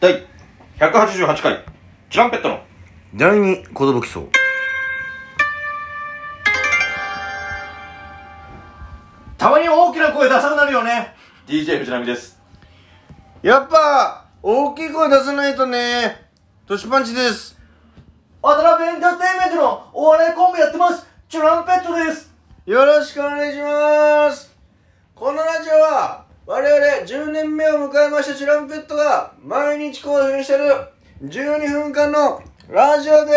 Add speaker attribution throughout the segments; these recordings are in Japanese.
Speaker 1: 第188回チランペットの
Speaker 2: 第二寿草
Speaker 3: たまに大きな声出さなくなるよね
Speaker 1: DJ 藤波です
Speaker 2: やっぱ大きい声出さないとね年パンチです
Speaker 3: 渡辺エンターテインメントのお笑いコンビやってますチュランペットです
Speaker 2: よろしくお願いしますこのラジオは我々10年目を迎えましたチュランペットが毎日更新してる12分間のラジオです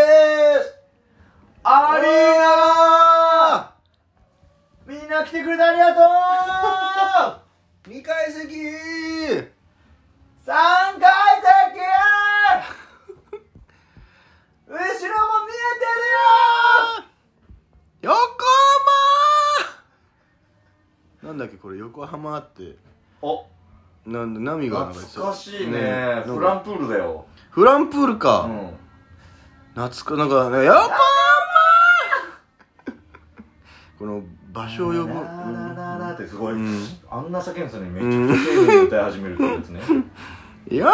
Speaker 3: あり
Speaker 2: が
Speaker 3: みんな来てくれてありがとう
Speaker 2: とう2階席
Speaker 3: 三階席後ろも見えてるよ
Speaker 2: 横浜なんだっけこれ横浜って
Speaker 1: お
Speaker 2: なんだ波が流れて
Speaker 1: 懐
Speaker 2: た
Speaker 1: かしいね
Speaker 2: なんか
Speaker 1: フランプールだよ
Speaker 2: フランプールか、
Speaker 1: うん
Speaker 2: 懐かなんかねやっぱこの場所を呼ぶ
Speaker 1: ララララってすごい、
Speaker 2: うん
Speaker 1: あんな叫んでたのにめちゃくちゃ丁寧に歌い始めるってやつね、
Speaker 2: やっ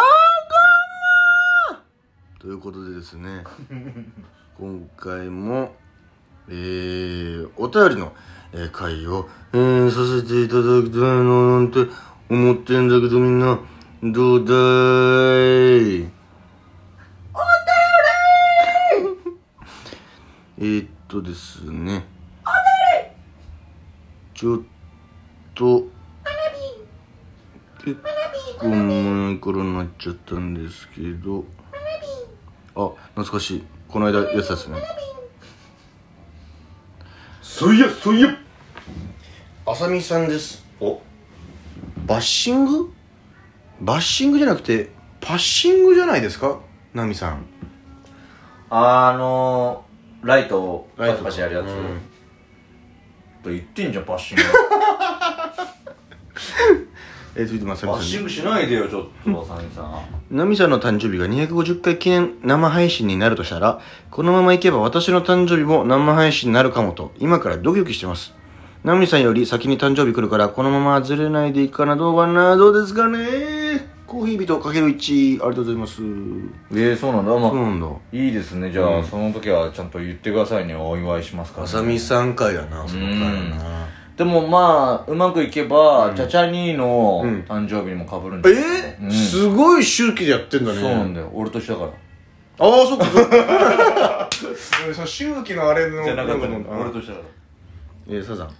Speaker 2: ということでですね今回もえー、お便りの、えー会を、えーさせていただきたいななんて思ってんだけどみんなどうだいお便り えーっとですねお便りちょっと結構前からなっちゃったんですけどあ懐かしいこの間やつですね
Speaker 1: そういやそういや
Speaker 2: あさみさんです
Speaker 1: お
Speaker 2: バッシングバッシングじゃなくてパッシングじゃないですかナミさん
Speaker 1: あのー、ライトをパ
Speaker 2: ライ
Speaker 1: チ
Speaker 2: ト
Speaker 1: パチやるやつ、
Speaker 2: うん
Speaker 1: と言ってんじゃんパッシン グ
Speaker 2: えー、続いてまあさみ
Speaker 1: パッシ
Speaker 2: さん
Speaker 1: ン
Speaker 2: ね
Speaker 1: グしないでよちょっとサミさん
Speaker 2: ナミさんの誕生日が250回記念生配信になるとしたらこのままいけば私の誕生日も生配信になるかもと今からドキドキしてますナミさんより先に誕生日来るからこのままずれないでいいかなどうかなどうですかねコーヒー人かける1ありがとうございます
Speaker 1: ええそうなんだまあ
Speaker 2: そうなんだ
Speaker 1: いいですねじゃあ、その時はちゃんと言ってくださいねお祝いしますから、ね、
Speaker 2: さん回だなそ
Speaker 1: の回だなでもまあうまくいけば、チャチャニーの
Speaker 2: うん
Speaker 1: 誕生日にもかぶるんだよ
Speaker 2: え
Speaker 1: うん
Speaker 2: すごい周期でやってんだね
Speaker 1: そうなんだよ俺と一緒だから
Speaker 2: ああそっかそっか うんその周期のあれのなんかの
Speaker 1: 俺と一緒だから
Speaker 2: えー、サザン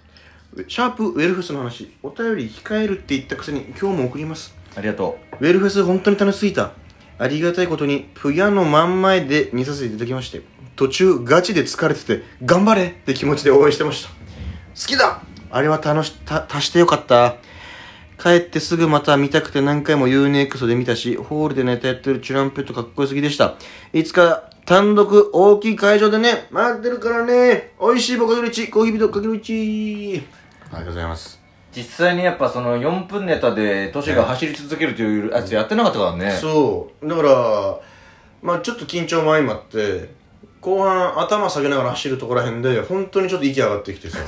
Speaker 2: シャープウェルフェスの話お便り控えるって言ったくせに今日も送ります
Speaker 1: ありがと
Speaker 2: ウェルフェス本当に楽しすぎたありがたいことにプヤの真ん前で見させていただきまして途中ガチで疲れてて頑張れって気持ちで応援してました好きだあれは楽した足してよかった帰ってすぐまた見たくて何回も UNEXT で見たしホールでネタやってるチュランペットかっこよすぎでしたいつか単独大きい会場でね待ってるからね美味しいボカドル1コーヒービドかける1ありがとうございます、
Speaker 1: う実際にやっぱその4分ネタでトシが走り続けるというやつやってなかったからね、
Speaker 2: そうだからまあちょっと緊張も相まって後半頭下げながら走るところらへんで本当にちょっと息上がってきてさ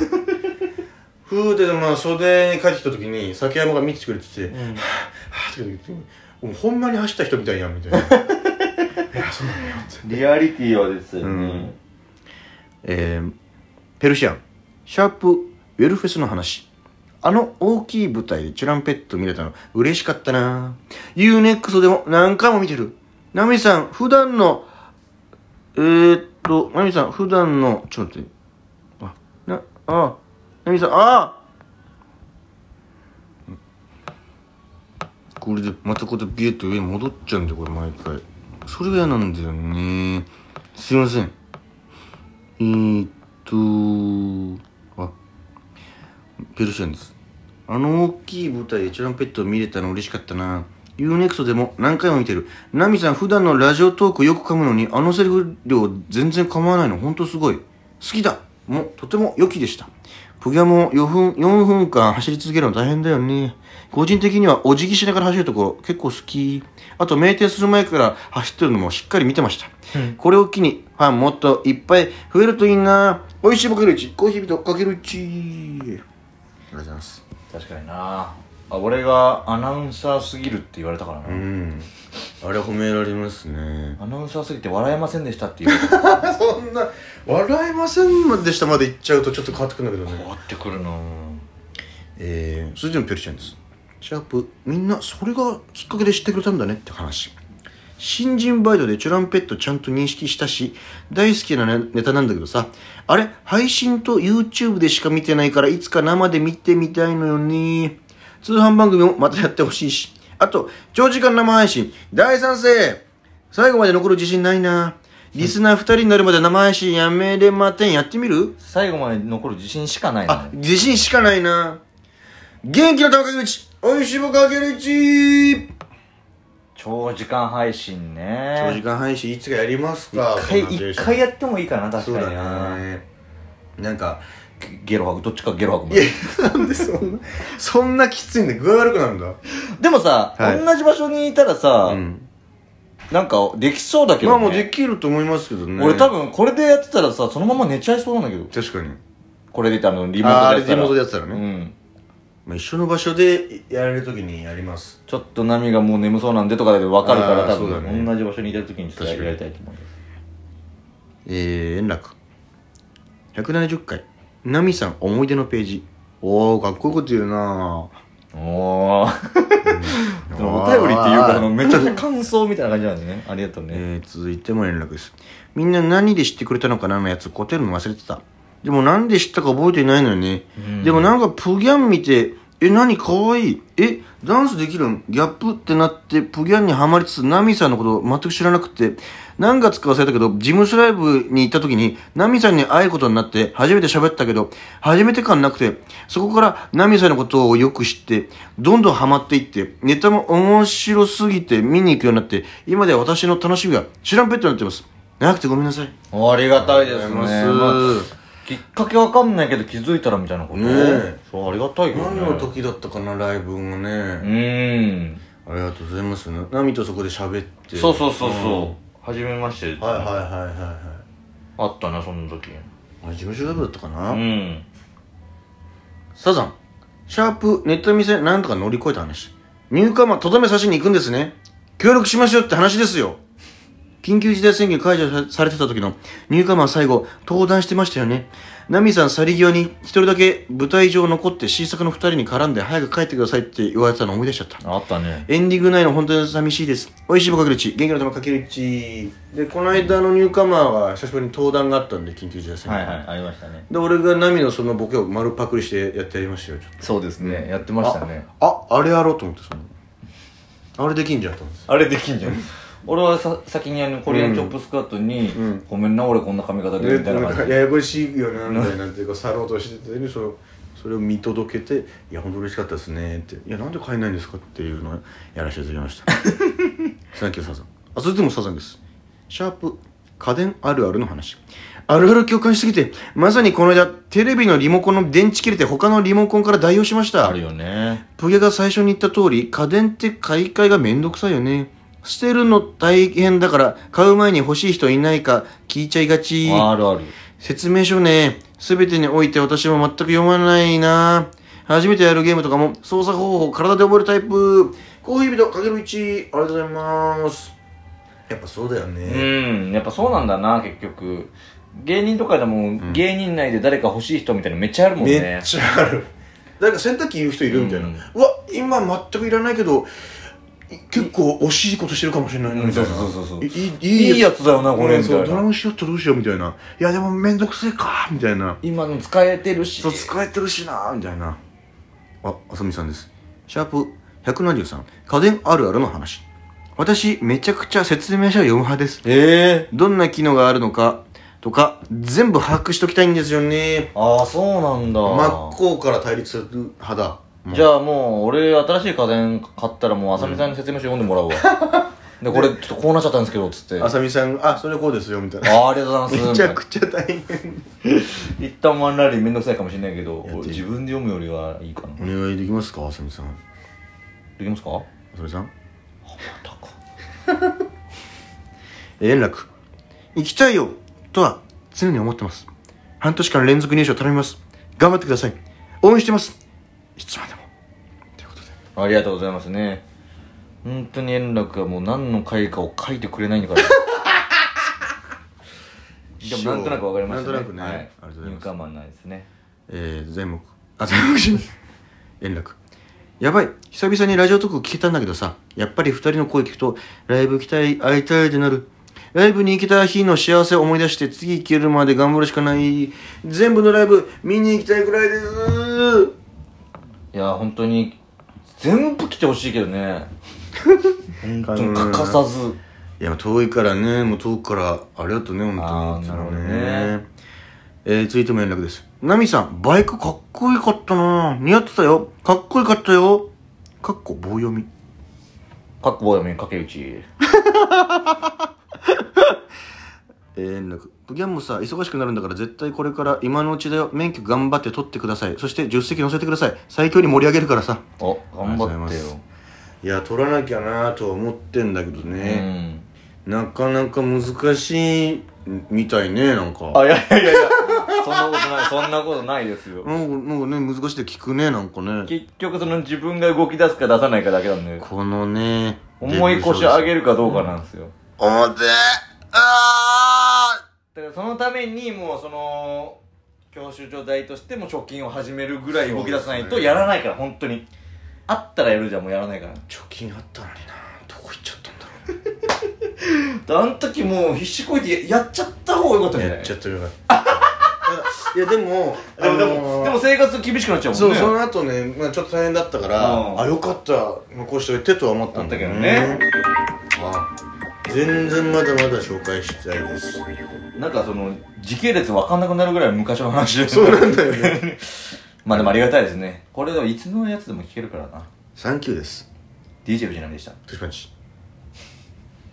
Speaker 2: ふーでまあ袖に帰ってきた時に酒山が見てくれてて、はぁはぁって言ってもうほんまに走った人みたいやんみたいないやそうなのよって
Speaker 1: リアリティはですよ
Speaker 2: うんえーペルシアンシャープウェルフェスの話あの大きい舞台でチュランペット見れたの嬉しかったな UNEXT でも何回も見てるナミさん普段のえー、っとナミさん普段のちょっと待ってあなあナミさんああこれでまたこうやってビュッと上に戻っちゃうんだよこれ毎回それが嫌なんだよねすいませんえー、っと、あ、ペルシャンです。あの大きい舞台でチュランペットを見れたの嬉しかったな。UNEXT でも何回も見てる。ナミさん普段のラジオトークよく噛むのに、あのセリフ量全然構わないの、ほんとすごい。好きだもうとても良きでした。プギャも4分、4分間走り続けるの大変だよね。個人的にはお辞儀しながら走るところ結構好き。あと、酩酊する前から走ってるのもしっかり見てました。これを機にファンもっといっぱい増えるといいな。美味しいボケるうち、コーヒービトかけるうち。ありがとうございます。
Speaker 1: 確かになあ俺がアナウンサーすぎるって言われたからな、
Speaker 2: うん。あれ褒められますね
Speaker 1: アナウンサーすぎて笑えませんでしたっていう
Speaker 2: そんな笑えませんでしたまで言っちゃうとちょっと変わってくるんだけどね
Speaker 1: 変わってくるな
Speaker 2: えー、それでもぴょりちゃんですシャープみんなそれがきっかけで知ってくれたんだねって話新人バイトでチュランペットちゃんと認識したし大好きなねネタなんだけどさあれ配信と YouTube でしか見てないからいつか生で見てみたいのよね通販番組もまたやってほしいしあと長時間生配信大賛成最後まで残る自信ないなリスナー2人になるまで生配信やめれまてんやってみる
Speaker 1: 最後まで残る自信しかない
Speaker 2: あ
Speaker 1: な、
Speaker 2: 自信しかないな。元気の玉掛け口、おいしぼかけるち
Speaker 1: 長時間配信ね
Speaker 2: 長時間配信いつかやりますか
Speaker 1: 一回一回やってもいいかな確
Speaker 2: そう
Speaker 1: か
Speaker 2: だ
Speaker 1: にな
Speaker 2: ね。なんか、
Speaker 1: ゲロ吐くどっちかゲロ吐く
Speaker 2: い
Speaker 1: も
Speaker 2: や、なんでそんな、そんなきついんだ。具合悪くなるんだ。
Speaker 1: でもさ、
Speaker 2: はい
Speaker 1: 同じ場所にいたらさ、
Speaker 2: ん。
Speaker 1: なんかできそうだけ
Speaker 2: まあ
Speaker 1: ど、ね
Speaker 2: もうできると思いますけどね。
Speaker 1: 俺多。分これでやってたらさそのまま寝ちゃいそうなんだけど
Speaker 2: 確かに。
Speaker 1: これであのリモ
Speaker 2: あーあ
Speaker 1: ートでやっ
Speaker 2: れ
Speaker 1: てた
Speaker 2: リ
Speaker 1: ら
Speaker 2: モートでやってたら
Speaker 1: う
Speaker 2: ね。
Speaker 1: ん
Speaker 2: まあ一緒の場所でやられるときにやります。
Speaker 1: ちょっと波がもう眠そうなんでとかで分かるから
Speaker 2: あー
Speaker 1: 多
Speaker 2: そうだね
Speaker 1: 分同じ場所にいた時にちょっと
Speaker 2: 確かに
Speaker 1: やりたいと思う
Speaker 2: えー、円楽。170回。ナミさん思い出のページ。おー、かっこいいこと言うなぁ。
Speaker 1: おー でもお便りっていうかあのめちゃくちゃ感想みたいな感じなんでねありがとうね、
Speaker 2: えー続いても連絡ですみんな何で知ってくれたのかなのやつ答えるの忘れてたでもなんで知ったか覚えてないのよね、
Speaker 1: うん
Speaker 2: でもなんかプギャン見てえ何かわいいえダンスできるんギャップってなってプギャンにはまりつつナミさんのこと全く知らなくて何月か忘れたけど事務所ライブに行った時にナミさんに会うことになって初めて喋ったけど初めて感なくてそこからナミさんのことをよく知ってどんどんハマっていってネタも面白すぎて見に行くようになって今では私の楽しみが知らんペットになってます長くてごめんなさい
Speaker 1: ありがたいですね
Speaker 2: ありがとうご
Speaker 1: ま
Speaker 2: ざい
Speaker 1: あ
Speaker 2: ます
Speaker 1: きっかけわかんないけど気づいたらみたいなこと
Speaker 2: ねえ
Speaker 1: そうありがたいよね
Speaker 2: だったかなライブも
Speaker 1: う
Speaker 2: ね
Speaker 1: ーん
Speaker 2: ありがとうございますナミとそこで喋って
Speaker 1: そうそうそうそう初めまして
Speaker 2: はいはいはいはいは
Speaker 1: あったなその時
Speaker 2: い事務所ライブだったかな、
Speaker 1: うん
Speaker 2: サザンシャープネット見せなんとか乗り越えた話入荷マンとどめ刺しに行くんですね協力しましょうって話ですよ緊急事態宣言解除さされてた時の入荷マン最後登壇してましたよねナミさん去り際に一人だけ舞台上残って新作の二人に絡んで早く帰ってくださいって言われてたの思い出しちゃった
Speaker 1: あったね
Speaker 2: エンディングないの本当に寂しいです。おいしい棒かけるち、元気の玉かけるち。で、この間のニューカマーは久しぶりに登壇があったんで、緊急事態宣
Speaker 1: は
Speaker 2: 言。
Speaker 1: いはいありましたね
Speaker 2: で、俺がナミのそのボケを丸パクリしてやってやりましたよ、ちょっ
Speaker 1: そうですねやってましたね
Speaker 2: と。あ、あれやろうと思って、その。あれできんじゃんと思って。
Speaker 1: あれできんじゃん俺はさ先にあのコリアンチョップスクワットに
Speaker 2: ん
Speaker 1: 「ごめんな俺こんな髪型で」みたいな感じで
Speaker 2: ややこしいよな、みたいなっていうか、去ろうとしてて、そのそれを見届けて「いや本当嬉しかったですね」って「いやなんで買えないんですか?」っていうのをやらせていただきました サンキューサザンあそれでもサザンですシャープ家電あるあるの話あるある共感しすぎてまさにこの間テレビのリモコンの電池切れて他のリモコンから代用しました
Speaker 1: あるよね
Speaker 2: プゲが最初に言った通り家電って買い替えがめんどくさいよね捨てるの大変だから買う前に欲しい人いないか聞いちゃいがち
Speaker 1: あるある
Speaker 2: 説明書ね全てにおいて私も全く読まないな初めてやるゲームとかも操作方法体で覚えるタイプコーヒー人かける1ありがとうございますやっぱそうだよね
Speaker 1: うんやっぱそうなんだな結局芸人とかでも芸人内で誰か欲しい人みたいなのめっちゃあるもん
Speaker 2: め
Speaker 1: ね
Speaker 2: っちゃあるなんか洗濯機言う人いるみたいな、う
Speaker 1: うん
Speaker 2: わ今全くいらないけどい結構惜しいことしてるかもしれないなみたいな、
Speaker 1: うんそうそうそうそう
Speaker 2: いい
Speaker 1: い
Speaker 2: い
Speaker 1: いやつだよなこれ
Speaker 2: うん
Speaker 1: みた
Speaker 2: そう
Speaker 1: い
Speaker 2: ドラ
Speaker 1: な
Speaker 2: ムしようとどうしようみたいないやでも面倒くせえかみたいな
Speaker 1: 今の使えてるし
Speaker 2: そう使えてるしなみたいなああさみさんですシャープ173家電あるあるの話私めちゃくちゃ説明書を読む派です
Speaker 1: ええ
Speaker 2: どんな機能があるのかとか全部把握しときたいんですよね
Speaker 1: ああそうなんだ
Speaker 2: 真っ向から対立する派だ
Speaker 1: じゃあもう俺新しい家電買ったらもうあさみさんに説明書読んでもらうわ でこれちょっとこうなっちゃったんですけどつって
Speaker 2: あ
Speaker 1: あ
Speaker 2: さみさんがあそれこうですよみたいな
Speaker 1: あありがとうございま
Speaker 2: め
Speaker 1: す
Speaker 2: ちゃくちゃ大変
Speaker 1: 一旦ワンラリーめんどくさいかもしれないけど
Speaker 2: やって
Speaker 1: 自分で読むよりはいいかな
Speaker 2: お願いできますかあさみさんあ
Speaker 1: できますかま
Speaker 2: さみさん
Speaker 1: たか
Speaker 2: 円楽行きたいよとは常に思ってます半年間連続入賞頼みます頑張ってください応援してますいつまでもということで
Speaker 1: ありがとうございますね本当に円楽がもう何の回かを書いてくれないんだから でもなんとなくわかりましたね
Speaker 2: なんとなくね
Speaker 1: はい、
Speaker 2: ありがとうございます
Speaker 1: ニューカーマンなんですね
Speaker 2: えー、材木あ材木じゃない円楽やばい久々にラジオトーク聞けたんだけどさやっぱり二人の声聞くとライブ行きたい会いたいってなるライブに行けた日の幸せを思い出して次行けるまで頑張るしかない全部のライブ見に行きたいくらいです
Speaker 1: いや本当に全部来てほしいけどね本当に欠かさず
Speaker 2: いや遠いからねもう遠くからありがとうね
Speaker 1: あ
Speaker 2: 本当
Speaker 1: ー
Speaker 2: に
Speaker 1: なるほどね
Speaker 2: いつもえー、続いても連絡ですナミさんバイクかっこよかったな似合ってたよかっこよかったよかっこ棒読み
Speaker 1: かっこぼやめかけうち
Speaker 2: えー、連絡ブギャンもさ忙しくなるんだから絶対これから今のうちだよ免許頑張って取ってくださいそして助手席乗せてください最強に盛り上げるからさ
Speaker 1: お頑張
Speaker 2: ありがとうご
Speaker 1: っ
Speaker 2: ざ
Speaker 1: て
Speaker 2: い
Speaker 1: よ
Speaker 2: ますいや取らなきゃなとは思ってんだけどね、なかなか難しいみたいねなんか
Speaker 1: うんあいやいやいやいやそんなことないそんなことないですよ
Speaker 2: なんかなんかね難しいって聞くねなんかね
Speaker 1: 結局その自分が動き出すか出さないかだけなんで
Speaker 2: このね
Speaker 1: 重い腰上げ
Speaker 2: る
Speaker 1: るかどうかなんですよ
Speaker 2: 重てあ
Speaker 1: だからそのためにもうその教習所代としても貯金を始めるぐらい動き出さない
Speaker 2: そう
Speaker 1: と
Speaker 2: ですね
Speaker 1: やらないから本当にあったらやるじゃんもうやらないから
Speaker 2: ー貯金あったのになどこ行っちゃったんだろ
Speaker 1: あの時もう必死こいてややっちゃった方がよかったん
Speaker 2: う
Speaker 1: じゃ
Speaker 2: や
Speaker 1: ない
Speaker 2: っちゃったよかったいやでも
Speaker 1: でもでも、
Speaker 2: あのー
Speaker 1: でも生活厳しくなっちゃうも
Speaker 2: そ
Speaker 1: ん
Speaker 2: う
Speaker 1: ね
Speaker 2: その後ね、まあ、ちょっと大変だったから、
Speaker 1: うん
Speaker 2: あよかった残しておいてとは思ったんだけどね
Speaker 1: だった
Speaker 2: あ全然まだまだ紹介したいです
Speaker 1: なんかその時系列わかんなくなるぐらい昔の話で
Speaker 2: そうなんだよね
Speaker 1: まあでもありがたいですねこれでもいつのやつでも聞けるからな
Speaker 2: サンキューです
Speaker 1: DJ 藤波でした
Speaker 2: トシパンチ